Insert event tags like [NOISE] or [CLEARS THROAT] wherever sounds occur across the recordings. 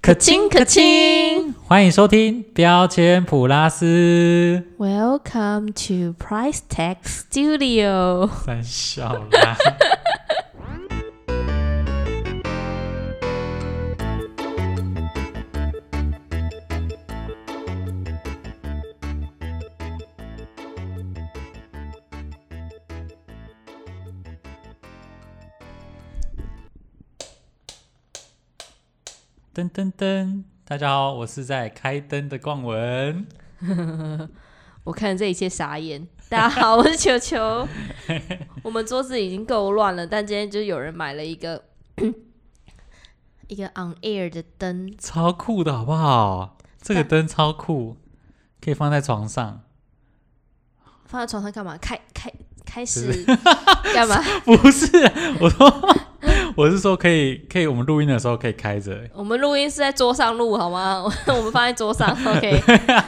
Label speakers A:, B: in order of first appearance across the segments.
A: 可
B: 亲可亲
A: 欢迎收听标签普拉斯，
B: ，Welcome to Price Tag Studio。
A: 三笑啦。噔噔噔！大家好，我是在开灯的逛文。
B: 我看这一切傻眼。大家好，我是球 [LAUGHS] 球。我们桌子已经够乱了，但今天就有人买了一个 [COUGHS] 一个 on air 的灯，
A: 超酷的好不好？这个灯超酷，可以放在床上，
B: 放在床上干嘛？开开开
A: 就
B: 始干嘛？
A: 不是？我说，我是说可以，可以，我们录音的时候可以开着，
B: 我们录音是在桌上录好吗？ [LAUGHS] 我们放在桌
A: [LAUGHS]
B: 上，OK，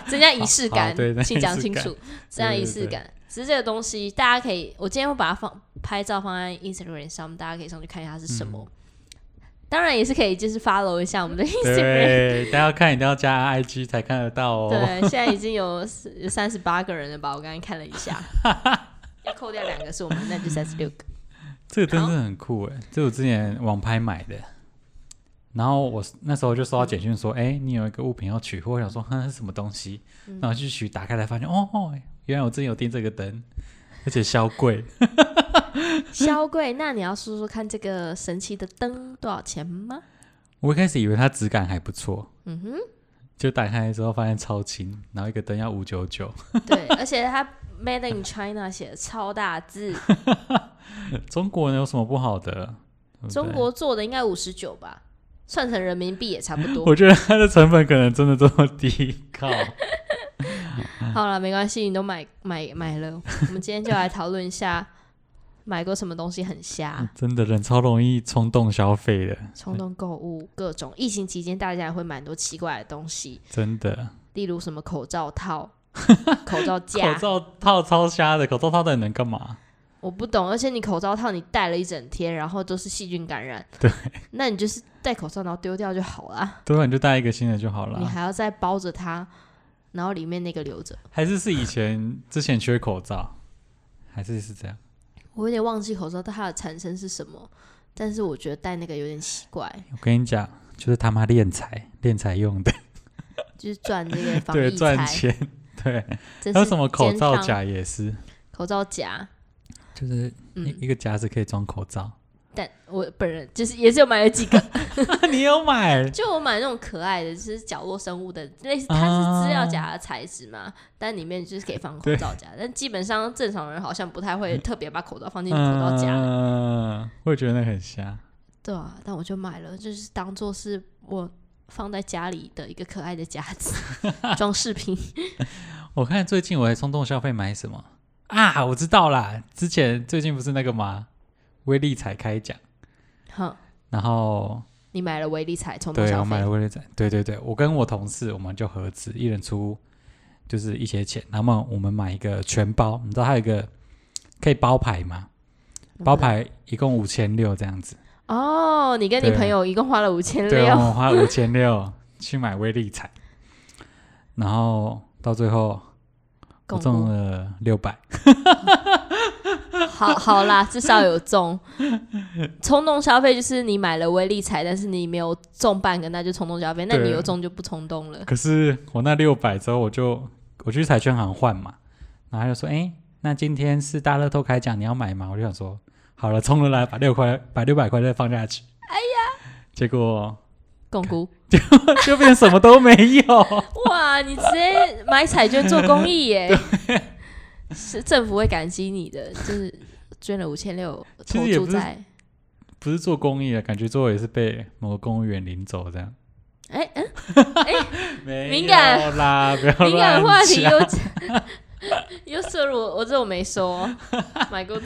B: 增加仪式
A: 好
B: 感
A: 好对增加，
B: 请讲清
A: 仪式
B: 楚，增加仪式感。只是这个东西，大家可以，我今天会把它放拍照放在 Instagram 上面，大家可以上去看一下它是什么。
A: 嗯
B: 当然也是可以，就是 follow 一下我们的
A: [LAUGHS]
B: Instagram。
A: 对，大家要看一定要加 IG 才看得到哦。
B: 对，现在已经有三十八个人了吧？我刚刚看了一
A: [LAUGHS]
B: 下，要扣掉两个是我们，那就三十六个。
A: 这个灯真的很酷哎，这我之前网拍买的，然后我那时候就收到简讯说，哎，你有一个物品要取货，我想说，哼，是什么东西？然后去取，打开来发现，哦，哦原来我之前有订这个灯，而且销贵，
B: 肖贵，那你要说说看这个神奇的灯多少钱吗？
A: 我一开始以为它质感还不错，
B: 嗯哼。
A: 就打开之后发现超轻，然后一个灯要五九九， [LAUGHS]
B: 对，而且它 Made in China 写的超大字，
A: 中国人有什么不好的？嗯对不对
B: 中，国做的应该五十九吧，算成人民币也差不多。
A: 我觉得它的成本可能真的这么低，靠，
B: 好了，没关系，你都买买买了，我们今天就来讨论一
A: [LAUGHS]
B: 下买过什么东西很瞎，
A: 真的人超容易冲动消费的，
B: 冲动购物，各种疫情期间大家也会买很多奇怪的东西，
A: 真的。
B: 例如什么口罩
A: [LAUGHS]
B: 套、口罩
A: 口
B: 架，
A: 罩套超瞎的，口罩套到底能干嘛？
B: 我不懂，而且你口罩套你戴了一整天，然后都是细菌感染，
A: 对，
B: 那你就是戴口罩然后丢掉就好啦。
A: 对啊吧？你就带一个新的就好
B: 你
A: 了。啊
B: 还要再包着它，然后里面那个留着。
A: 还是是以前之前缺口罩，还是是这样？
B: 我有点忘记口罩它的产生是什么，但是我觉得戴那个有点奇怪，
A: 我跟你讲，就是他妈敛财，敛财用的，
B: 就是赚这个防
A: 对，
B: 疫
A: 赚
B: 财。
A: 钱。对，
B: 真
A: 还有
B: 是
A: 什么口罩
B: 奸商？
A: 夹也是，
B: 口罩夹，
A: 就是一
B: 嗯，
A: 一个夹子可以装
B: [LAUGHS]
A: 口罩。
B: 但我本人就是也是有买了几个，
A: 你有买？
B: 就我买那种可爱的，就是角落生物的，类似它是资料夹的材质嘛，但里面就是可以放口
A: 对
B: 罩夹，但基本上正常人好像不太会特别把口罩放进口罩夹。
A: 嗯，我也觉得那很瞎。
B: 对啊，但我就买了，就是当做是我放在家里的一个可爱的夹
A: [LAUGHS]
B: 子装饰品。
A: 我看最近我还冲动消费买什么啊？我知道啦，之前最近不是那个吗？威力彩开奖，
B: 哼，
A: 然后
B: 你买了威力彩冲动
A: 对，
B: 消
A: 我买
B: 费
A: 了，威力彩，对对对，我跟我同事我们就合资，一人出就是一些钱，那么我们买一个全包，你知道它有一个可以包牌嘛？包牌一共五千六这样子，
B: 嗯哦。你跟你
A: 对
B: 朋友一共花了五千
A: 对，哦我
B: 六，
A: 们花五千
B: [LAUGHS]
A: 六去买威力彩，然后到最后我
B: 共
A: 中
B: 估
A: 了六百，
B: 好好啦，至少有
A: [LAUGHS]
B: 中。冲动消费就是你买了威力彩，但是你没有中半个，那就冲动消费；那
A: 对啊
B: 你有中就不冲动了。
A: 可是我那六百之后我就我去彩券行换嘛，然后他就说，哎，那今天是大乐透开奖，你要买吗？我就想说，好了，冲了来，把六块把六百块再放下去，哎呀，结果 [LAUGHS]
B: 共估
A: 就变什么都没有， [LAUGHS]
B: 哇，你直接买彩券做公益耶！是政府会感激你的，就是捐了五千六
A: [LAUGHS] 其
B: 投
A: 实也
B: 注
A: 不是
B: 在。
A: 不是做公益了，啊感觉最后也是被某个公务员领走这样，
B: 哎、嗯
A: 没
B: 敏感
A: 有啦，不要
B: 敏感
A: 乱
B: 话题
A: 讲
B: 又 [LAUGHS] 又涉入我，我这我没说， [LAUGHS] 买过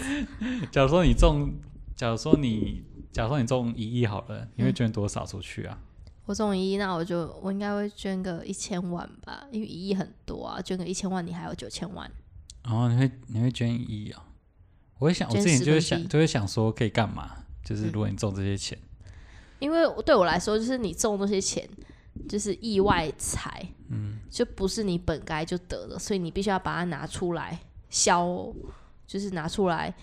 A: 假如说你中，假如说你，假如说你中一亿好了，你会捐多少出去啊？
B: 我中一亿，那我就我应该会捐个一千万吧，因为一亿很多啊，捐个一千万你还有九千万，
A: 然后你会你会捐一亿哦？我会想，我
B: 捐
A: 之前就
B: 10
A: 会
B: 分之一
A: 想，就会想说可以干嘛？就是如果你中这些钱，
B: 因为我对我来说就是你中那些钱，就是意外财，
A: 嗯，
B: 就不是你本该就得的，所以你必须要把它拿出来消，就是拿出来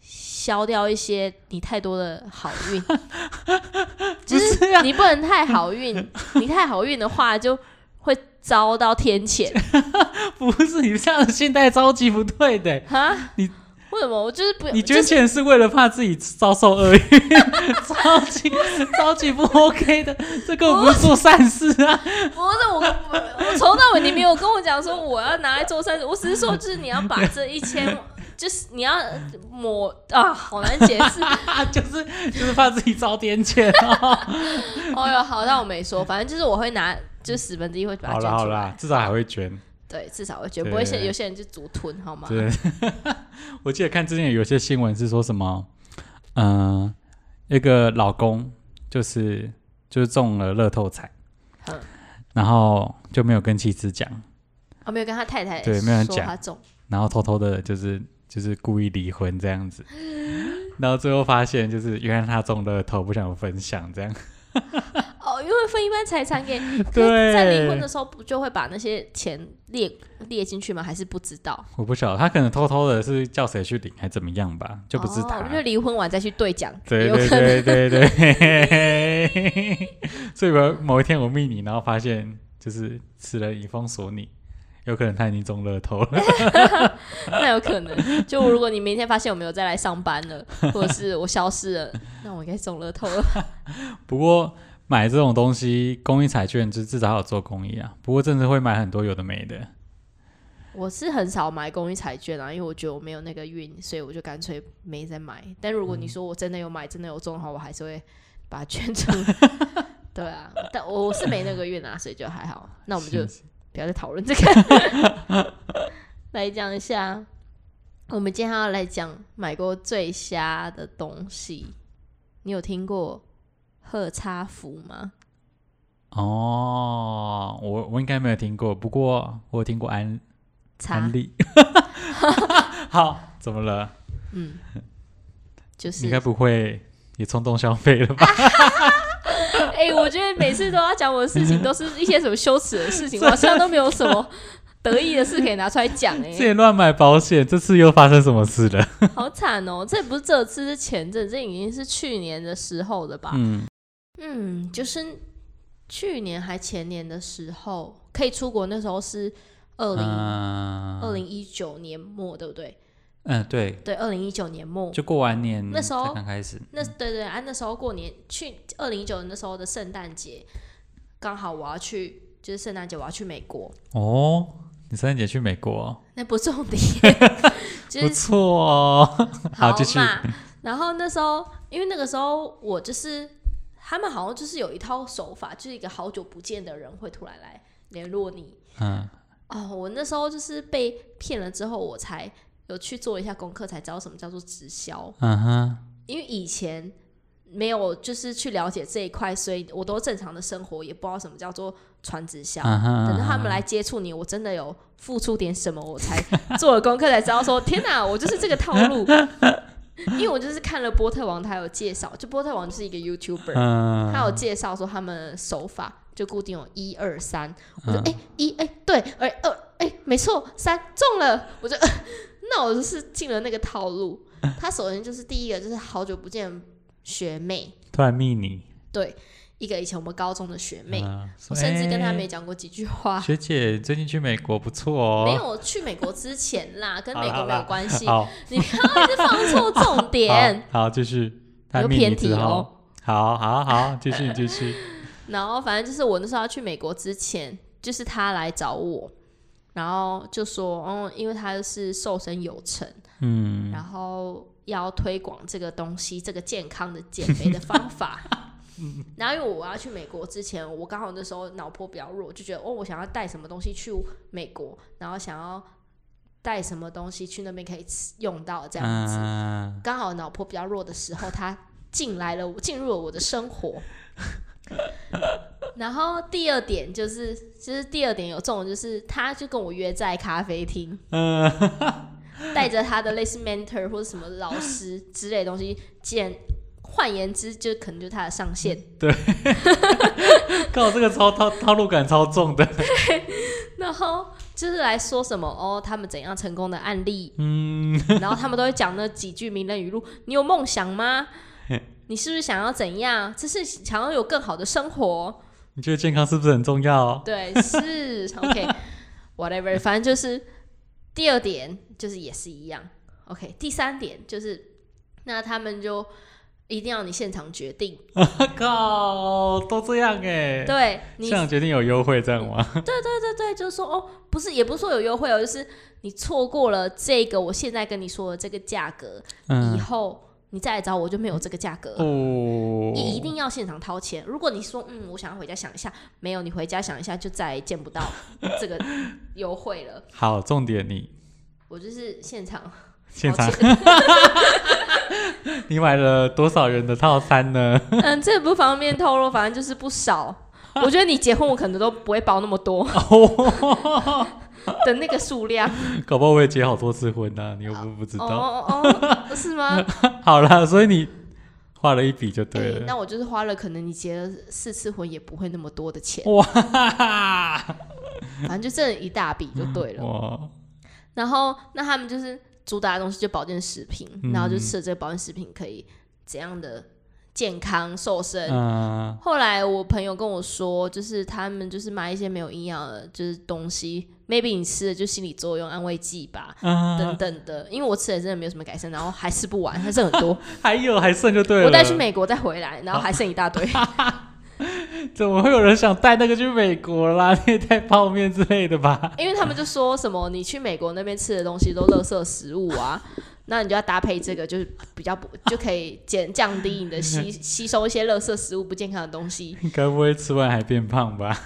B: 消掉一些你太多的好
A: [LAUGHS]
B: 运，就是 [LAUGHS] 你不能太好
A: [LAUGHS]
B: 运，你太好运的话就会遭到天谴
A: [LAUGHS] 不是你这样的心态超级不对的。
B: 啊！
A: 你
B: 为什么？我就是不，
A: 你
B: 就
A: 捐
B: 是
A: 钱是为了怕自己遭受厄运，超级超级不 OK 的，这根本不是做善事啊！
B: 不是我，我我从头到尾你没有跟我讲说我要拿来做三十，我只是说就是你要把这一
A: [LAUGHS]
B: 千，就是你要抹啊，好难解
A: [LAUGHS]
B: 释。
A: 就是就是怕自己遭天谴啊！
B: 哦哟，好，那我没说，反正就是我会拿，就十分之一会把它
A: 好
B: 捐
A: 啦好
B: 出来。
A: 啦，至少还会捐。
B: 对，至少会捐，
A: 对
B: 不会像有些人就独吞，好吗？
A: 对， [LAUGHS] 我记得看之前有些新闻是说什么，嗯、一个老公就是就是中了乐透彩
B: 嗯，
A: 然后就没有跟妻子讲，
B: 我哦没有跟他太太
A: 对没有人
B: 说
A: 讲
B: 他中，
A: 然后偷偷的就是就是故意离婚这样子，
B: 嗯
A: 然后最后发现就是原来他中乐透，不想分享这样。
B: 哦，因为分一般财
A: [LAUGHS]
B: 产给，可是
A: 对
B: 在离婚的时候不就会把那些钱列列进去吗？还是不知道？
A: 我不晓得他可能偷偷的是叫谁去领还怎么样吧，就不是啊
B: 哦
A: 他。
B: 我觉得离婚完再去兑奖，
A: 对
B: 有可
A: 对
B: 能
A: 对对对， [LAUGHS] 所以我某一天我密你，然后发现就是此人已封锁你，有可能他已经中乐透了。 [LAUGHS]
B: 那有可能。 [LAUGHS] 就如果你明天发现我没有再来上班
A: [LAUGHS]
B: 了，或者是我消失了，那我应该中乐透了。 [LAUGHS]
A: 不过买这种东西，公益彩券就至少还有做公益啊。不过真的会买很多有的没的，
B: 我是很少买公益彩券啊，因为我觉得我没有那个运，所以我就干脆没再买。但如果
A: 嗯
B: 你说我真的有买，真的有中的话，我还是会把它捐出来。
A: [LAUGHS]
B: 对啊，但我我是没那个运啊，所以就还好。那我们就是不要再讨论这个，来讲一下，我们今天要来讲买过最瞎的东西。你有听过贺差服吗？
A: 哦，我我应该没有听过，不过我有听过安
B: 差
A: 安，利。 [LAUGHS] 好，怎么了？
B: 嗯，就
A: 你
B: 是
A: 该不会也冲动消费了吧？
B: [LAUGHS] 哎、我觉得每次都要讲我的事情，都是一些什么羞耻的事情，我好像都没有什么得意的事可以拿出来讲、
A: [LAUGHS] 自己乱买保险，这次又发生什么事了？
B: 哎，好惨哦！这不是这次，是前阵，这已经是去年的时候了吧？
A: 嗯，
B: 嗯，就是去年还前年的时候，可以出国，那时候是
A: 啊
B: 二零二
A: 二
B: 零一九年末，对不对？
A: 嗯，对，
B: 对，二零一九年末，
A: 就过完年
B: 那时候
A: 才刚开始，
B: 那对对啊，那时候过年去二零一九那时候的圣诞节，刚好我要去，就是圣诞节我要去美国，
A: 哦，你圣诞节去美国，
B: 那不重点， [LAUGHS] 就
A: 不
B: 是
A: 错哦。好，继续。
B: 嘛。然后那时候，因为那个时候我就是他们好像就是有一套手法，就是一个好久不见的人会突然来联络你。
A: 嗯，
B: 哦，我那时候就是被骗了之后，我才有去做一下功课，才知道什么叫做直销。
A: 嗯哼，
B: 因为以前没有就是去了解这一块，所以我都正常的生活，也不知道什么叫做传直销。
A: 嗯哼，
B: 等到他们来接触你，我真的有付出点什么，我才做了功课才知道说，天哪，我就是这个套路。 [LAUGHS] 因为我就是看了波特王，他有介绍，就波特王就是一个 YouTuber，
A: 嗯，
B: 他有介绍说他们手法就固定有一二三，我
A: 嗯
B: 说哎一哎对，哎二哎没错三中了，我就 [LAUGHS] 那我就是进了那个套路。
A: 嗯
B: 他首先就是第一个就是好久不见学妹，
A: 突然密你，
B: 对，一个以前我们高中的学妹，
A: 嗯
B: 我
A: 说
B: 甚至跟他
A: 哎
B: 没讲过几句
A: [LAUGHS]
B: 话。
A: 学姐最近去美国不错哦，
B: 没有去美国之前啦，跟美国没有关系。
A: 好，
B: 你不要一直放错重点，
A: [LAUGHS] 好，好，继续。
B: 你
A: 他
B: 又
A: 密
B: 偏
A: 你
B: 题
A: 之
B: 哦
A: 后，。好好好，继 [LAUGHS] 续继续。
B: 然后反正就是我那时候要去美国之前，就是他来找我，然后就说，嗯，因为他是瘦身有成，
A: 嗯，
B: 然后要推广这个东西，这个健康的减肥的方法。然后因为我要去美国之前，我刚好那时候脑波比较弱，就觉得哦，我想要带什么东西去美国，然后想要带什么东西去那边可以吃用到这样子。
A: 嗯
B: 刚好脑波比较弱的时候，他进来了， [LAUGHS] 进入了我的生活。然后第二点就是，就是第二点有中，就是他就跟我约在咖啡厅，
A: 嗯， [LAUGHS]
B: 带着他的类似 mentor 或者什么老师之类的东西，简换言之，就可能就是他的上线。
A: 对，靠，这个超套套路感超重的。
B: 然后就是来说什么哦，他们怎样成功的案例，
A: 嗯，
B: 然后他们都会讲那几句名人语录：你有梦想吗？你是不是想要怎样？这是想要有更好的生活？
A: 你觉得健康是不是很重要？
B: 对，是 OK，whatever，、反正就是第二点就是也是一样。OK，第三点就是那他们就一定要你现场决定，
A: [LAUGHS] 靠，都这样哎、欸。
B: 对你，
A: 现场决定有优惠这样吗？
B: 对对，就是说哦，不是也不是说有优惠哦，就是你错过了这个，我现在跟你说的这个价格，以
A: 嗯，
B: 后你再来找我就没有这个价格。
A: 哦，
B: 呃你一定要现场掏钱。如果你说嗯，我想要回家想一下，没有，你回家想一下就再也见不到这个优惠了。
A: 好，重点你
B: 我就是现场
A: 现
B: 掏
A: 场
B: 钱
A: [LAUGHS] 你买了多少人的套餐呢？ [LAUGHS]
B: 嗯，这不方便透露，反正就是不少。我觉得你结婚，我可能都不会包那么多
A: 哦
B: [LAUGHS] 的那个数量。
A: 搞不好我也结好多次婚呢、你又不不知
B: 哦
A: 道。
B: 哦，哦，是
A: [LAUGHS]
B: 吗？
A: 好啦，所以你花了一笔就对
B: 哎
A: 了。
B: 那我就是花了可能你结了四次婚也不会那么多的钱，
A: 哇哈哈
B: 反正就这一大笔就对了。
A: 哇，
B: 然后那他们就是主打的东西就保健食品，
A: 嗯
B: 然后就吃了这个保健食品可以怎样的健康瘦身。
A: 嗯，
B: 后来我朋友跟我说，就是他们就是买一些没有营养的，就是东西，maybe 你吃的就心理作用安慰剂吧。等
A: 啊，
B: 等的，因为我吃的真的没有什么改善，然后还吃不完，还剩很多。
A: 还有还剩 [LAUGHS] 就对啊了。
B: 我带去美国再回来，然后还剩一大
A: [LAUGHS]
B: 堆。
A: 怎么会有人想带那个去美国啦？ [LAUGHS] 那也带泡面之类的吧？
B: 因为他们就说什么你去美国那边吃的东西都垃圾食物啊， [LAUGHS] 那你就要搭配这个，就是比较不就可以减降低你的
A: [LAUGHS]
B: 吸
A: 嗯
B: 吸收一些垃圾食物不健康的东西。
A: 你该不会吃完还变胖吧？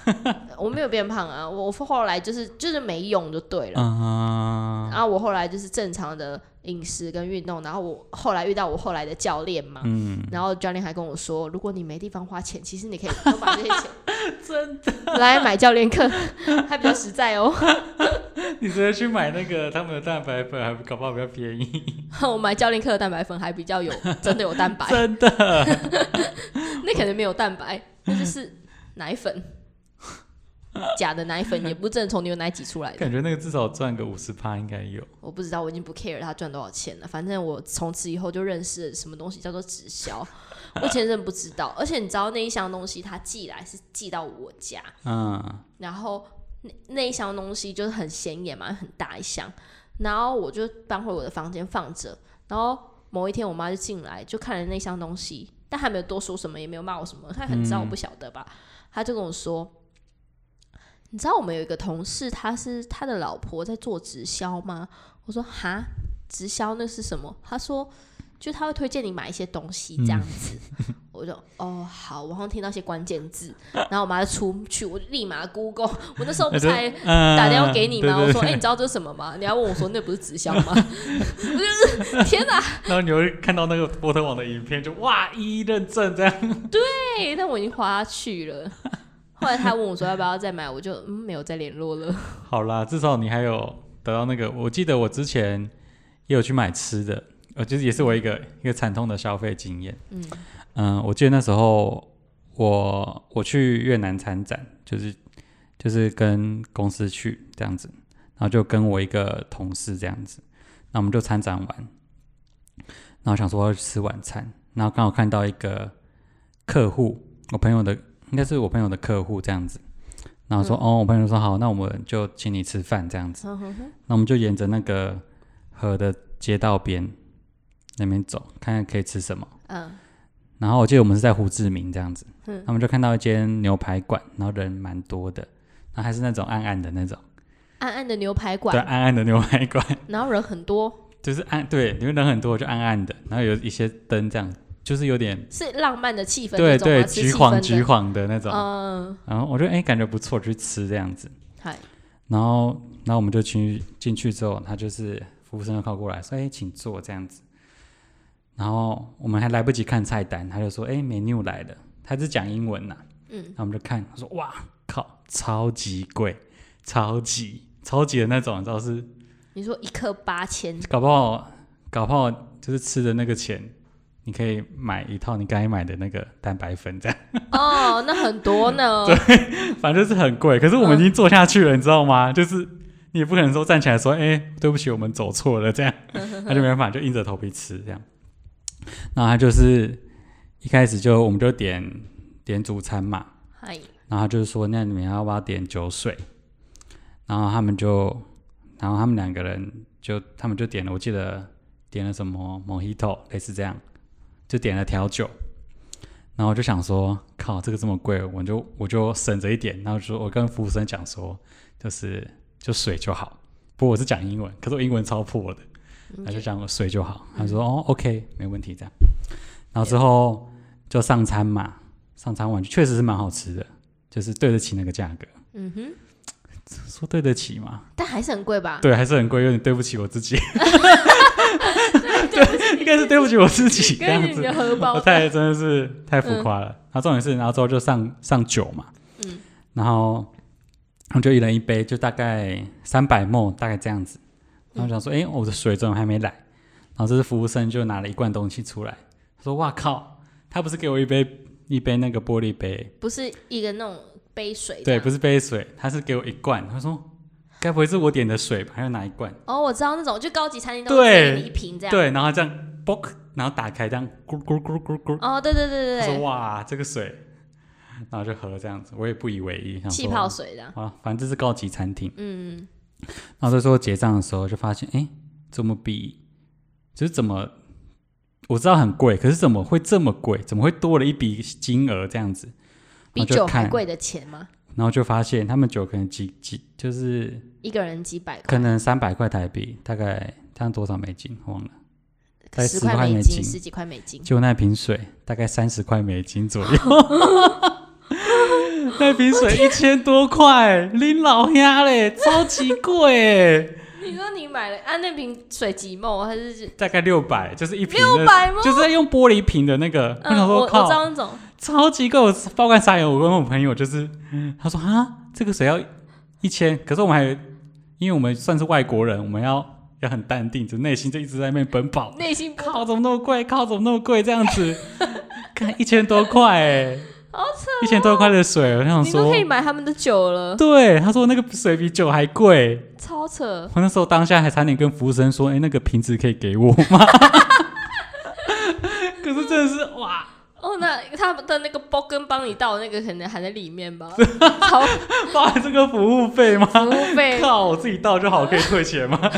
B: 我没有变胖啊，我我后来就是就是没用就对了。
A: 嗯
B: 然后我后来就是正常的饮食跟运动，然后我后来遇到我后来的教练嘛，
A: 嗯，
B: 然后教练还跟我说，如果你没地方花钱，其实你可以多把这些钱 [LAUGHS] 真的来买教练课，还比较实在哦。 [LAUGHS]
A: 你直接去买那个他们的蛋白粉，还搞不好比较便宜。
B: 我买教练课的蛋白粉还比较有真的有蛋白，
A: [LAUGHS] 真的，
B: [LAUGHS] 那可能没有蛋白，那就是奶粉，假的奶粉也不是真的从牛奶挤出来的。
A: 感觉那个至少赚个五十趴应该有。
B: 我不知道，我已经不 care 他赚多少钱了。反正我从此以后就认识了什么东西叫做直销，我以前真的不知道。而且你知道那一箱东西他寄来是寄到我家，
A: 嗯，
B: 然后那那一箱东西就是很显眼嘛，很大一箱，然后我就搬回我的房间放着。然后某一天我妈就进来，就看了那箱东西，但还没有多说什么，也没有骂我什么，她很知道我不晓得吧，她就跟我说。你知道我们有一个同事，他是他的老婆在做直销吗？我说哈，直销那是什么？他说就他会推荐你买一些东西这样
A: 嗯
B: 子。 [LAUGHS] 我就哦好，我好像听到一些关键字，然后我妈就出去，我就立马 Google。我那时候不是还打
A: 打
B: 电话给你吗？
A: 哎嗯对
B: 我
A: 对
B: 说，哎、你知道这是什么吗？你还问我说，那不是直销
A: [LAUGHS]
B: 吗？我就是天哪！
A: 然后你会看到那个波特网的影片，就哇一一认证这样。
B: 哎，但我已经花去了。后来他问我说要不要再买，我就嗯没有再联络了。
A: [LAUGHS] 好啦，至少你还有得到那个。我记得我之前也有去买吃的，呃，就是也是我一个一个惨痛的消费经验。
B: 嗯
A: 嗯，我记得那时候我我去越南参展，就是就是跟公司去这样子，然后就跟我一个同事这样子，那我们就参展完，然后想说要去吃晚餐，然后刚好看到一个客户，我朋友的应该是我朋友的客户这样子，然后
B: 嗯
A: 说、哦，我朋友说好，那我们就请你吃饭这样子，
B: 嗯哼哼
A: 那我们就沿着那个河的街道边那边走，看看可以吃什么。
B: 嗯
A: 然后我记得我们是在胡志明这样子，
B: 嗯
A: 他们就看到一间牛排馆，然后人蛮多的，然后还是那种暗暗的那种，
B: 暗暗的牛排
A: 对，
B: 馆，
A: 暗暗的牛排馆， [LAUGHS]
B: 然后人很多，
A: 就是暗，对，因为人很多就暗暗的，然后有一些灯这样，就是有点
B: 是浪漫的气氛那种
A: 对
B: 吗，
A: 对
B: 是
A: 橘
B: 气
A: 黄
B: 氛
A: 橘
B: 的
A: 黄的那种，
B: 嗯，
A: 然后我就哎感觉不错，就去吃这样子，
B: 嗨，
A: 然后然后我们就去进去之后，他就是服务生就靠过来说，哎，请坐这样子，然后我们还来不及看菜单，他就说，哎，menu 来了，他是讲英文呐、
B: 嗯，
A: 那我们就看，他说哇靠，超级贵，超级超级的那种，你知道是
B: 你说一克八千，
A: 搞不好搞不好就是吃的那个钱你可以买一套你该买的那个蛋白粉，这样
B: 哦，那很多呢。
A: [LAUGHS] 反正就是很贵。可是我们已经做下去了，你知道吗？就是你也不可能说站起来说，哎、对不起，我们走错了这样，他就没办法，就硬着头皮吃这样。然后他就是一开始就我们就点点主餐嘛，
B: 嗨，
A: 然后他就是说，那你们要不要点酒水？然后他们就，然后他们两个人就，他们就点了，我记得点了什么 Mojito，类似这样，就点了调酒。然后我就想说，靠，这个这么贵，我就我就省着一点。然后就说我跟服务生讲说，就是就水就好。不过我是讲英文，可是我英文超破的，他就讲我水就好。他说哦，OK，没问题这样。然后之后就上餐嘛，上餐完确实是蛮好吃的。就是对得起那个价格。
B: 嗯哼，
A: [LAUGHS] 说对得起嘛？
B: 但还是很贵吧？
A: [LAUGHS] 对，还是很贵，有点对不起我自 [LAUGHS] 己。对，应该是对不起我自 [LAUGHS] 己这
B: 跟
A: 样
B: 你
A: 子。
B: 的荷包
A: 我太真的是太浮夸了。然后重点是，然后之后就上上酒嘛，
B: 嗯
A: 然后他们就一人一杯，就大概三百沫，大概这样子。然后想说，哎、我的水怎么还没来？然后这是服务生就拿了一罐东西出来，他说：“哇靠，他不是给我一杯一杯那个玻璃杯，
B: 不是一个那种杯水这
A: 对，
B: 样。
A: 不是杯水，他是给我一罐。他说：“该不会是我点的水吧？”他就拿一罐，
B: 哦，我知道那种，就高级餐厅都
A: 对
B: 会给你一瓶这样。
A: 对，然后这样 b o k 然后打开这样咕咕咕咕咕。
B: 哦，对对对
A: 他
B: 对
A: 说：“
B: 对，
A: 哇，这个水！”然后就喝这样子，我也不以为意，想说
B: 气泡水这样。
A: 啊，反正这是高级餐厅。
B: 嗯，
A: 然后这时候结账的时候就发现，哎，怎么比就是怎么我知道很贵，可是怎么会这么贵？怎么会多了一笔金额这样子？
B: 比
A: 然后就
B: 酒还
A: 看
B: 贵的钱吗？
A: 然后就发现他们酒可能几几就是
B: 一个人几百
A: 可
B: 块，
A: 能三百块台币，大概这样多少美金忘了。大概
B: 十
A: 10
B: 块
A: 块
B: 美
A: 美
B: 金，
A: 金
B: 十几块美金。
A: 就那瓶水大概三十块美金左右， [LAUGHS] 那瓶水一千多块，拎老鸭嘞，超级贵哎，
B: 你说你买了啊？那瓶水几毛？还是
A: 大概六百，就是一瓶
B: 六
A: 的，
B: 百吗？
A: 就是在用玻璃瓶的那个。我想
B: 嗯，我
A: 说
B: 我知
A: 靠，
B: 道那种，
A: 超级贵，我爆干傻眼。我跟我朋友就是，他说啊，这个水要一千，可是我们还有因为我们算是外国人，我们要要很淡定，就内心就一直在那边奔跑。
B: 内心不
A: 靠，怎么那么贵？靠，怎么那么贵？这样子， [LAUGHS] 看一千多块、欸，
B: 好哦
A: 一千多块的水，我想
B: 你都
A: 说
B: 可，以买他们的酒了，
A: 对，他说那个水比酒还贵。
B: 超扯！
A: 我那时候当下还差点跟服务生说，哎、那个瓶子可以给我吗？ [LAUGHS] 可是真的是哇，
B: 哦，那他们的那个包跟帮你倒的那个可能还在里面
A: [LAUGHS]
B: 吧，超
A: 包含这个服务费吗？
B: 服务费。
A: 靠，我自己倒就好，可以退钱吗？ [LAUGHS]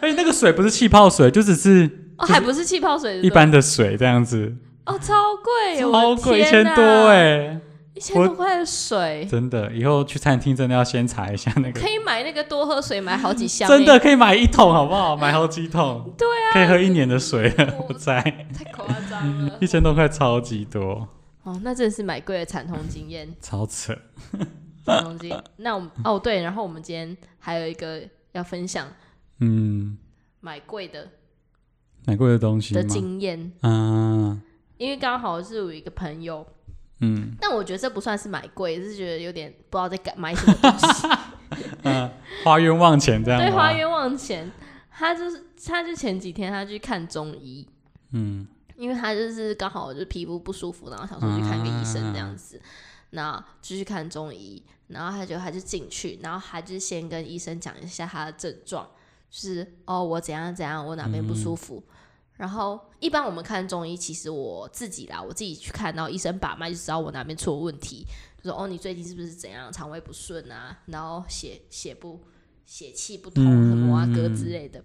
A: 而且那个水不是气泡水，就只是
B: 哦，还不是气泡水的，
A: 一般的水这样子，
B: 哦，超贵，
A: 超贵，一千多哎、
B: 哎，一千多块的水
A: [LAUGHS] 真的，以后去餐厅真的要先查一下那个，
B: 可以买那个多喝水，买好几箱，欸
A: 真的可以买一桶好不好？买好几桶，
B: [LAUGHS] 对
A: 啊，可以喝一年的水了，
B: 我
A: 我
B: [LAUGHS]
A: 在
B: 哎太夸张了
A: 一。千多块超级多，
B: 哦，那真的是买贵的惨痛经验，
A: 超扯。
B: 惨痛经验。那我们哦对，然后我们今天还有一个要分享
A: 嗯，
B: 买贵的
A: 买贵的东西
B: 的
A: 吗？
B: 经验，
A: 嗯
B: 因为刚好是有一个朋友，
A: 嗯
B: 但我觉得这不算是买贵，是觉得有点不知道在干买什么东西，
A: 嗯，花冤枉钱这样
B: 对，花
A: 吗？
B: 冤枉钱。他就是，他就前几天他去看中医，
A: 嗯
B: 因为他就是刚好就是皮肤不舒服，然后想说去看个医
A: 啊
B: 生这样子，那就去看中医，然后他就他就进去，然后他就先跟医生讲一下他的症状，就是哦我怎样怎样，我哪边不
A: 嗯
B: 舒服。然后一般我们看中医，其实我自己啦，我自己去看，然后医生把脉就知道我哪边出了问题，就说哦你最近是不是怎样，肠胃不顺啊，然后血血不血气不通，
A: 嗯
B: 很摩阿哥之类的。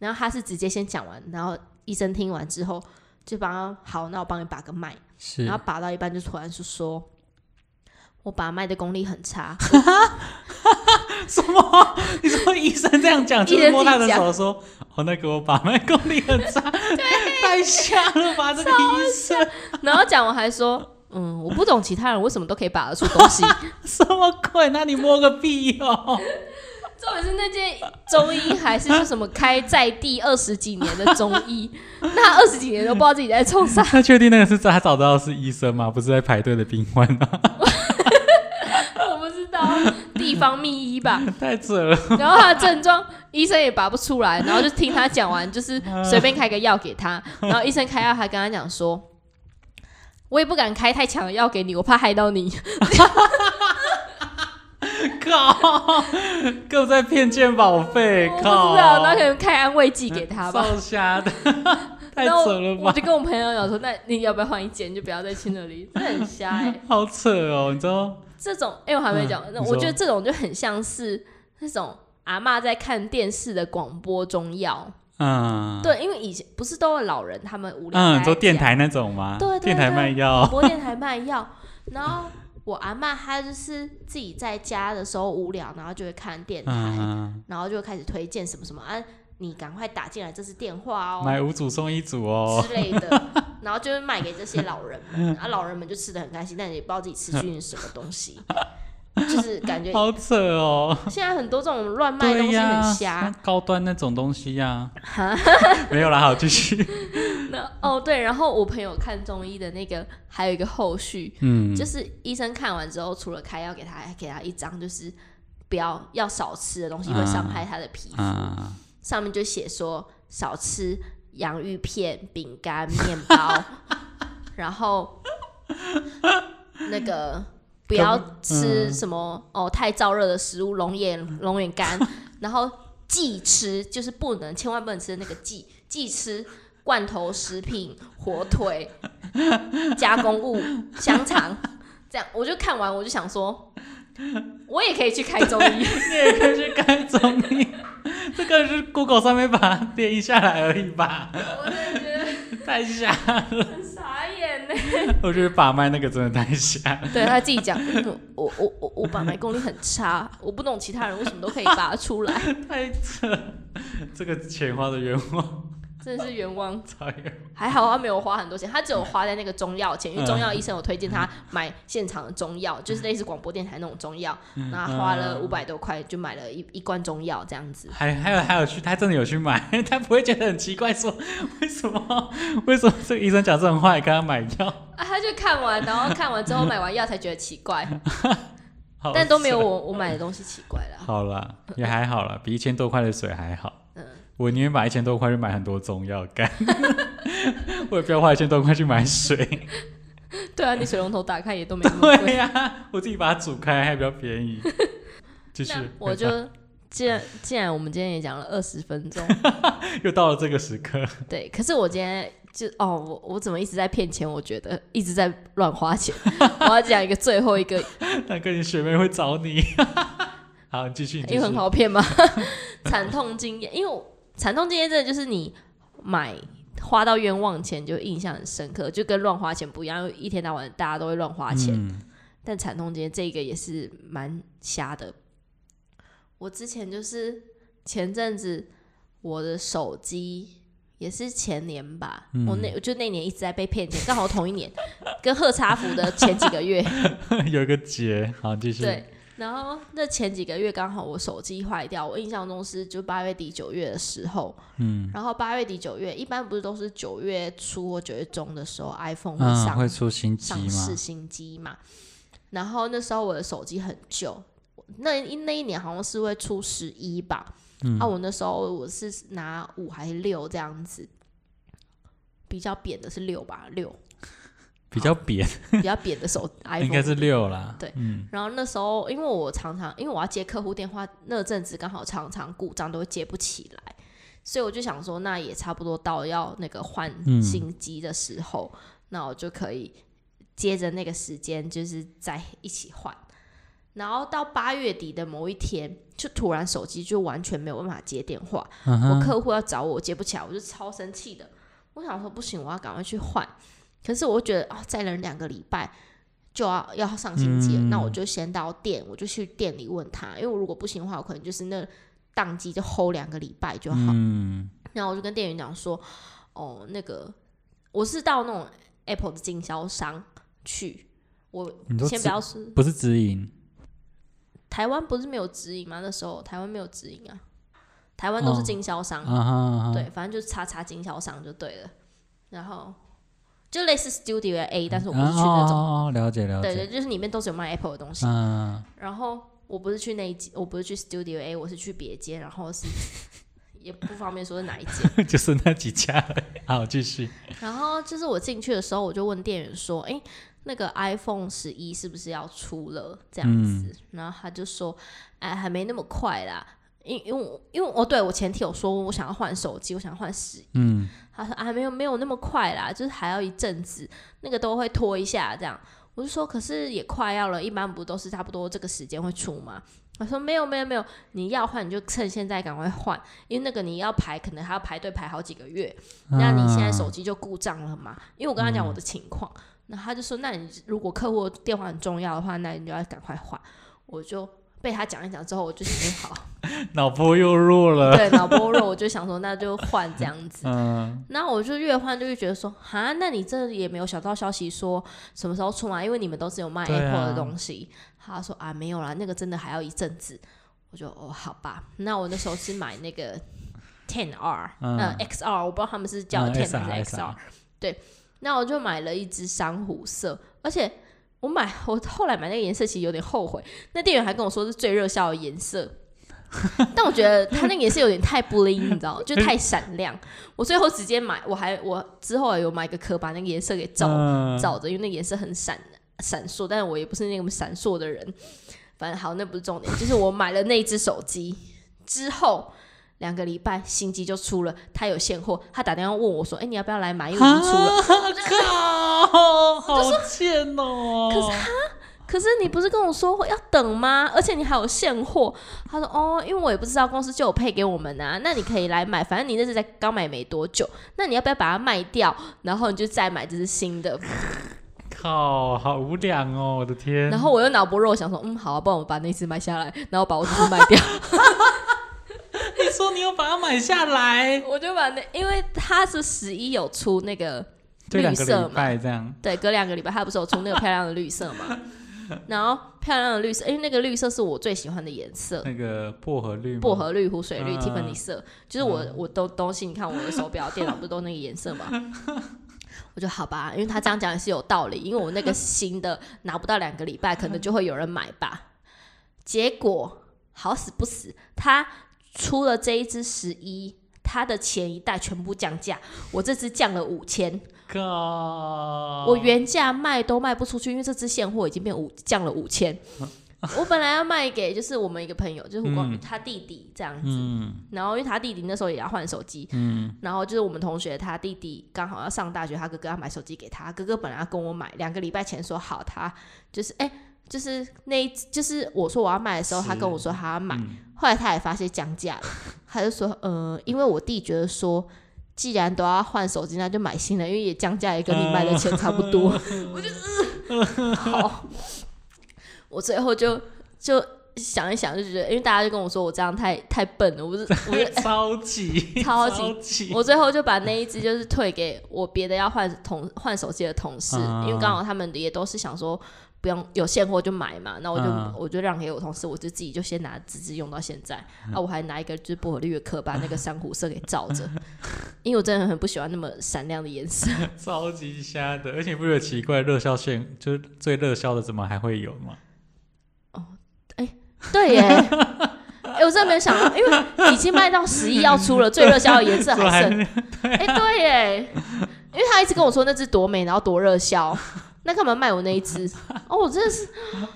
B: 然后他是直接先讲完，然后医生听完之后就帮他好，那我帮你把个脉，
A: 是
B: 然后拔到一半就突然是说，我把脉的功力很差， [LAUGHS]
A: 什么？ [LAUGHS] 你说医生这样讲，
B: 医生
A: 就是摸他
B: 自
A: 的
B: 己讲 [LAUGHS]
A: 手说：“哦，那个我把脉功力很差，太瞎了吧，这个医生
B: 然后讲完还说，嗯，我不懂其他人为什么都可以拔得出东西，
A: 什么鬼？那你摸个屁哦！”
B: 重点是那件中医还是说什么开在地二十几年的中
A: [LAUGHS]
B: 医，那二十几年都不知道自己在冲啥，
A: 他确定那个是他找到
B: [LAUGHS]
A: 的是医生吗？不是在排队的病患吗？
B: 我不知道，第秘方秘医吧，
A: 太扯了，
B: 然后他的症状医生也拔不出来，然后就听他讲完，就是随便开个药给
A: [LAUGHS]
B: 他，然后医生开药还跟他讲说，我也不敢开太强的药给你，我怕害到
A: [LAUGHS]
B: 你。
A: 靠，更在骗健保费
B: 我，不知
A: 靠，
B: 道，然后可能开安慰剂给他吧。
A: 烧
B: [LAUGHS]
A: 瞎的，太
B: 然后
A: 扯了
B: 我
A: 吧，
B: 就跟我朋友讲说，那你要不要换一间，就不要再去那里，这很瞎哎、
A: 好扯哦，你知道？
B: 这种，哎、我还没讲，
A: 嗯
B: 那
A: 你
B: 我觉得
A: 说
B: 这种就很像是那种阿嬷在看电视的广播中药。
A: 嗯，
B: 对，因为以前不是都有老人他们无聊，
A: 嗯，做电台哦那种吗？
B: 对对
A: 电台
B: 对
A: 卖药
B: 广，播电台卖药，然后我阿嬷她就是自己在家的时候无聊，然后就会看电台，
A: 嗯，
B: 然后就开始推荐什么什么啊，你赶快打进来，这是电话哦。
A: 买五组送一组哦，
B: 之类
A: [LAUGHS]
B: 的，然后就会卖给这些老人们，啊，老人们就吃的很开心，但也不知道自己吃进去什么东西，就是感觉
A: 好扯哦，
B: 现在很多这种乱卖东
A: 对
B: 西
A: 呀
B: 很，瞎
A: 那。高端那种东西呀， [LAUGHS] 没有啦，好
B: [LAUGHS]
A: 继续，
B: 那哦对，然后我朋友看中医的那个还有一个后续，
A: 嗯，
B: 就是医生看完之后，除了开药给他，还给他一张就是不要要少吃的东西会伤害他的皮肤，
A: 啊，
B: 上面就写说少吃洋芋片、饼干、面 [LAUGHS] 包，然后那个不要吃什么、哦太燥热的食物，龙眼龙眼干，然后忌吃就是不能，千万不能吃那个忌忌吃。罐头食品、火腿、加工物、香肠，这样我就看完，我就想说，我也可以去开中医，
A: 你也可以去看中医，这个是 Google 上面把它列印下来而已吧，
B: [LAUGHS] 我真的觉得
A: 太瞎，
B: 很傻眼呢。
A: [LAUGHS] 我觉得把脉那个真的太瞎，
B: [LAUGHS] 对他自己讲，嗯我我我我把脉功力很差，我不懂其他人为什么都可以拔出来，
A: 太扯，这个钱花的冤枉，
B: 真的是冤枉。
A: 操冤
B: 还好他啊没有花很多钱，他只有花在那个中药钱，因为中药医生有推荐他买现场的中药，就是类似广播电台那种中药，
A: 枉，
B: 然后他花了五百多块就买了一一罐中药这样子。
A: 还还有还有去，他真的有去买，他不会觉得很奇怪说为什么为什么这个医生讲这种话也跟他买药，
B: 啊，他就看完，然后看完之后买完药才觉得奇怪， [LAUGHS]
A: 好
B: 但都没有
A: 扯。
B: 我我买的东西奇怪啦。
A: 好啦，也还好啦，比一千多块的水还好。
B: 嗯
A: 我宁愿把一千多块去买很多中药干， [LAUGHS] 我也不要花一千多块去买水。
B: [LAUGHS] 对啊，你水龙头打开也都没那么贵
A: [LAUGHS] 对。呀、我自己把它煮开还比较便宜。继续
B: [LAUGHS] 那，我就既然既然我们今天也讲了二十分钟，
A: [LAUGHS] 又到了这个时刻， [LAUGHS]
B: 对，可是我今天就哦，我我怎么一直在骗钱？我觉得一直在乱花钱。 [LAUGHS] 我要讲一个最后一个，
A: 那个你学妹会找你。 [LAUGHS] 好，你继续，你继
B: 因为哎很
A: 续。
B: 好骗嘛， [LAUGHS] 惨痛经验。因为我惨痛经验真的就是你买花到冤枉钱就印象很深刻，就跟乱花钱不一样。因为一天到晚大家都会乱花钱，
A: 嗯
B: 但惨痛经验这个也是蛮瞎的。我之前就是前阵子我的手机也是前年吧，我那
A: 嗯
B: 我就那年一直在被骗钱，刚好同一年，跟贺茶福的前几个月
A: 嗯 [LAUGHS] 有一个结，好，继续。
B: 对。然后那前几个月刚好我手机坏掉，我印象中是就八月底九月的时候，
A: 嗯，
B: 然后八月底九月一般不是都是九月初或九月中的时候 iPhone 会
A: 嗯，
B: 上
A: 会出新机
B: 上
A: 吗
B: 市？新机嘛。然后那时候我的手机很旧，那一那一年好像是会出十一吧。
A: 嗯
B: 啊，我那时候我是拿五还是六这样子，比较扁的是六吧，六
A: 比较扁，
B: 比较扁的手
A: [LAUGHS] 应该
B: iPhone。
A: 是六啦。
B: 对
A: 嗯，
B: 然后那时候因为我常常因为我要接客户电话，那阵子刚好常常故障都会接不起来。所以我就想说，那也差不多到要那个换
A: 嗯
B: 新机的时候，那我就可以接着那个时间，就是在一起换。然后到八月底的某一天，就突然手机就完全没有办法接电话，
A: 嗯
B: 我
A: 哼，
B: 客户要找我，我接不起来，我就超生气的。我想说不行，我要赶快去换。可是我觉得啊、再忍两个礼拜就要要上新机了，
A: 嗯
B: 那我就先到店，我就去店里问他，因为我如果不行的话，我可能就是那宕机就 hold 两个礼拜就好。
A: 嗯，
B: 然后我就跟店员讲说，哦，那个我是到那种 Apple 的经销商去，我
A: 你说
B: 先不
A: 直
B: 要说
A: 不是直营，
B: 台湾不是没有直营吗？那时候台湾没有直营啊，台湾都是
A: 哦
B: 经销商，
A: 啊哈啊哈，
B: 嗯对，反正就是叉叉经销商就对了。然后就类似 Studio A，但是我不
A: 啊
B: 是去那种，
A: 哦哦哦了解了
B: 对
A: 解，
B: 对，就是里面都是有卖 Apple 的东西。
A: 嗯
B: 然后我不是去那一间，我不是去 Studio A，我是去别间，然后是也不方便说是哪一间。
A: [LAUGHS] 就是那几家而已。好，继续。
B: 然后就是我进去的时候，我就问店员说：“诶，那个 iPhone 十一是不是要出了？”这样子，
A: 嗯
B: 然后他就说：“哎，还没那么快啦，因因为我因为哦，对我前提有说我想要换手机，我想要换十
A: 嗯，
B: 他说啊，没有没有那么快啦，就是还要一阵子，那个都会拖一下这样。我就说，可是也快要了，一般不都是差不多这个时间会出吗？他说没有没有没有，你要换你就趁现在赶快换，因为那个你要排，可能还要排队排好几个月。那你现在手机就故障了嘛？因为我跟他讲我的情况，那、他就说，那你如果客户电话很重要的话，那你就要赶快换。我就被他讲一讲之后，我就想说好，
A: 脑波又弱了。
B: 对，脑波弱，我就想说那就换这样子。
A: 嗯，
B: 那我就越换就越觉得说，哈，那你这也没有小道消息说什么时候出嘛？因为你们都是有卖
A: 对啊
B: Apple 的东西。他说啊，没有啦，那个真的还要一阵子。我就哦，好吧，那我那时候是买那个 Ten R，
A: 嗯
B: 嗯，XR，我不知道他们是叫
A: 嗯
B: Ten
A: SR
B: 还是 XR。对，那我就买了一只珊瑚色，而且我买我后来买那个颜色其实有点后悔，那店员还跟我说是最热销的颜
A: [LAUGHS]
B: 色。但我觉得它那个颜色有点太 bling，你知道，就太闪亮。我最后直接买，我还我之后有买个壳把那个颜色给照
A: 嗯
B: 照着，因为那个颜色很闪闪烁，但是我也不是那个闪烁的人。反正好，那不是重点，就是我买了那一只手机之后。两个礼拜新机就出了，他有现货，他打电话问我说：“哎、你要不要来买？因为已经出了。
A: 靠，啊好贱哦！
B: 可可是你不是跟我说要等吗？而且你还有现货。”他说：“哦，因为我也不知道公司就有配给我们啊，那你可以来买，反正你那只才刚买没多久，那你要不要把它卖掉，然后你就再买这只新的？”
A: 靠，好无良哦！我的天。
B: 然后我又脑波弱，想说，嗯，好、啊，不然我把那只买下来，然后把我这只卖掉。
A: 你说你要把它买下来，
B: [LAUGHS] 我就把那，因为它是十一有出那个
A: 就两个
B: 绿色
A: 礼
B: 嘛
A: 拜这样。
B: 对，隔两个礼拜它不是有出那个漂亮的绿色嘛？然后漂亮的绿色，因为那个绿色是我最喜欢的颜色，
A: 那个薄荷绿吗，
B: 薄荷绿、湖水绿、
A: 嗯
B: Tiffany 色，就是我我都东西，你看我的手表、电脑不是都那个颜色
A: [LAUGHS]
B: 嘛？我就好吧，因为他这样讲也是有道理，因为我那个新的拿不到两个礼拜，可能就会有人买吧。结果好死不死，他出了这一只十一，它的前一代全部降价，我这只降了五千，
A: 靠！哦
B: 我原价卖都卖不出去，因为这只现货已经变五降了五千。我本来要卖给就是我们一个朋友，就是胡光宇、
A: 啊嗯
B: 他弟弟这样子，
A: 嗯
B: 然后因为他弟弟那时候也要换手机，
A: 嗯
B: 然后就是我们同学他弟弟刚好要上大学，他哥哥要买手机给他，哥哥本来要跟我买，两个礼拜前说好，他就是哎、就是那一就是我说我要卖的时候，
A: 是
B: 他跟我说他要买，
A: 嗯
B: 后来他也发现降价 [LAUGHS] 了，他就说呃，因为我弟觉得说。既然都要换手机，那就买新的，因为也降价也跟你卖的钱差不多。 [LAUGHS] 我就、呃、好，我最后就就想一想，就觉得，因为大家就跟我说我这样太太笨了，我是我是
A: 超
B: [LAUGHS]
A: 级
B: 超级
A: 级
B: 我最后就把那一只就是退给我别的要换同换手机的同事，
A: 啊
B: 因为刚好他们也都是想说不用有现货就买嘛，那我就、
A: 啊
B: 我就让给我同事，我就自己就先拿自制用到现在、啊，我还拿一个就是薄荷绿的壳把那个珊瑚色给罩 [LAUGHS] 着，因为我真的很不喜欢那么闪亮的颜色。
A: 超级瞎的，而且你不觉得奇怪？热销线就是最热销的，怎么还会有吗？
B: [LAUGHS] 对耶，哎、我真的没有想到，因为已经卖到十一要出了，最热销的颜色
A: 怎么
B: 还 [LAUGHS]
A: [LAUGHS]
B: 剩
A: 还
B: 哎、对耶，因为他一直跟我说那只多美，然后多热销， [LAUGHS] 那干嘛卖我那一只？哦，我真的是， [LAUGHS]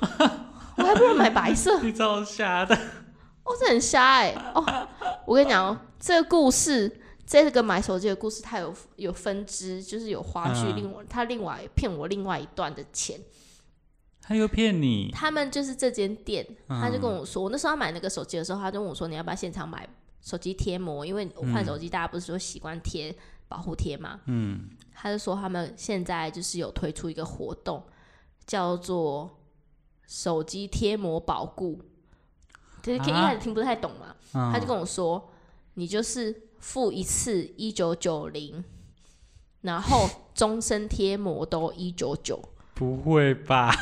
B: 我还不如买白色，
A: 你超瞎的，
B: 哦，这很瞎哎。哦，我跟你讲哦，这个故事，这个买手机的故事，它有有分支，就是有花絮，
A: 嗯
B: 另外他另外骗我另外一段的钱。
A: 他又骗你，
B: 他们就是这间店，
A: 嗯
B: 他就跟我说，我那时候要买那个手机的时候，他就问我说，你要不要现场买手机贴膜？因为我换手机，大家不是说习惯贴保护贴吗？
A: 嗯，
B: 他就说他们现在就是有推出一个活动，叫做手机贴膜保固，就是一
A: 啊
B: 开始听不太懂嘛，
A: 嗯
B: 他就跟我说，你就是付一次一九九零，然后终身贴膜都一九九， [LAUGHS]
A: 不会吧？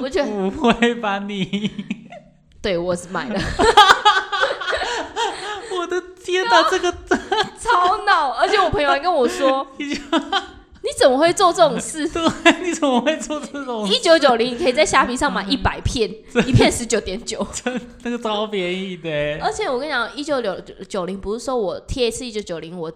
B: 我觉得
A: 不会吧你？
B: 对我是买了，
A: [LAUGHS] 我的天哪，这个
B: 啊超闹，而且我朋友还跟我说， [LAUGHS] 你怎么会做这种 [LAUGHS] 事？
A: 对， [LAUGHS] 你怎么会做这种？
B: 一九九零，你可以在虾皮上买一百片，一片十九点 [LAUGHS] 九。
A: 那个超便宜的，
B: 而且我跟你讲，一九九九零不是说我贴一次一九九零，我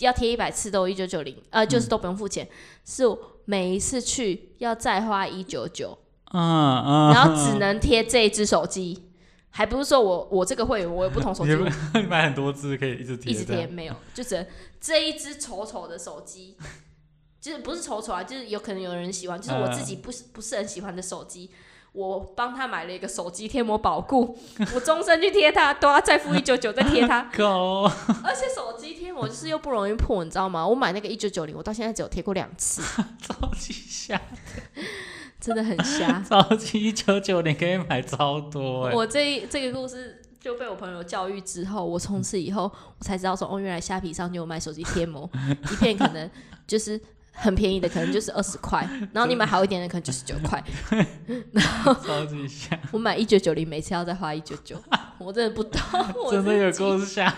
B: 要贴一百次都一九九零，呃，就是都不用付钱，是我每一次去要再花一九 [LAUGHS] 九，
A: 嗯嗯。
B: 然后只能贴这一只手机，还不是说我我这个会员我有不 [LAUGHS] 同手机
A: 你你买很多只可以一直贴，，
B: 一直贴，没有，就只能这一只丑丑的手机，就是不是丑丑啊，就是有可能有人喜欢，就是我自己不是、不是很喜欢的手机，我帮他买了一个手机贴膜保护，我终身去贴它，都要再付一九九再贴它 [LAUGHS]
A: 够。
B: 而且手机贴膜就是又不容易破，你知道吗？我买那个一九九零，我到现在只有贴过两次，
A: 超级瞎，。
B: 真的很瞎
A: 超级一九九零可以买超多哎、
B: 我这一这个故事。就被我朋友教育之后，我从此以后我才知道说，哦，原来虾皮上就有卖手机贴膜，一片可能就是很便宜的，可能就是二十块，然后你买好一点的可能九十九块。
A: 超级瞎，
B: 我买一九九零，每次要再花一九九，我真的不懂，我
A: 真的有
B: 自己
A: 够瞎。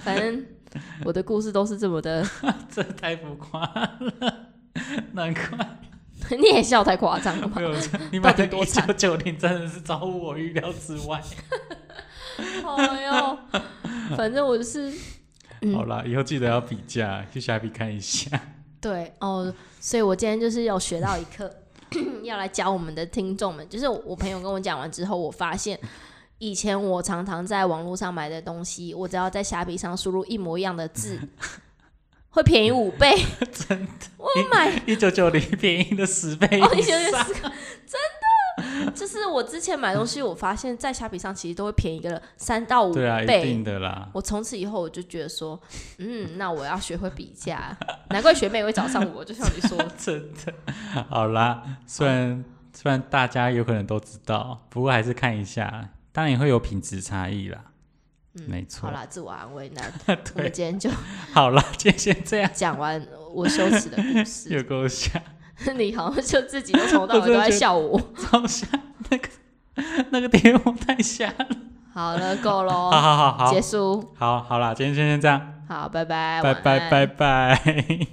B: 反正我的故事都是这么的， [LAUGHS]
A: 这太浮夸了，难怪
B: 你也笑太夸张了
A: [LAUGHS]
B: 吧
A: 没？有你买
B: 到
A: 的
B: 底多
A: 一
B: 惨
A: 九九零真的是超乎我预料之外。
B: 哎呦，反正我就是嗯
A: 好啦，以后记得要比价，去虾皮看一下。
B: 对哦，所以我今天就是有学到一课， [CLEARS THROAT] 要来教我们的听众们。就是我朋友跟我讲完之后，我发现以前我常常在网络上买的东西，我只要在虾皮上输入一模一样的
A: [LAUGHS]
B: 字，会便宜五倍。
A: 真的，
B: 我买
A: 一九九零便宜的十倍
B: 哦，
A: 以
B: 你觉得
A: 上，
B: 是个 [LAUGHS] 真的？就是我之前买东西，我发现在虾皮上其实都会便宜个三到五
A: 对啊，一
B: 倍
A: 定。的啦。
B: 我从此以后我就觉得说，嗯，那我要学会比价，难怪学妹会找上我，就像你说的，
A: 真的， [LAUGHS] 好啦，虽然虽然大家有可能都知道，不过还是看一下，当然也会有品质差异啦。
B: 嗯
A: 没错
B: 好啦，自我安慰，那我们
A: [LAUGHS] 对，
B: 今天就
A: 好啦， [LAUGHS] 今天先这样，
B: 讲完我羞耻的故事。
A: [LAUGHS] 有够像，
B: [LAUGHS] 你好像就自己都从头到尾都在笑
A: [LAUGHS]
B: 我。
A: 超像那个 [LAUGHS] 那个贴膜太像了。
B: 好了，够
A: 好
B: 喽，
A: 好好好
B: 哦结束。
A: 好好啦，今天先先这样，
B: 好，拜拜，
A: 拜
B: 晚安
A: 拜拜拜。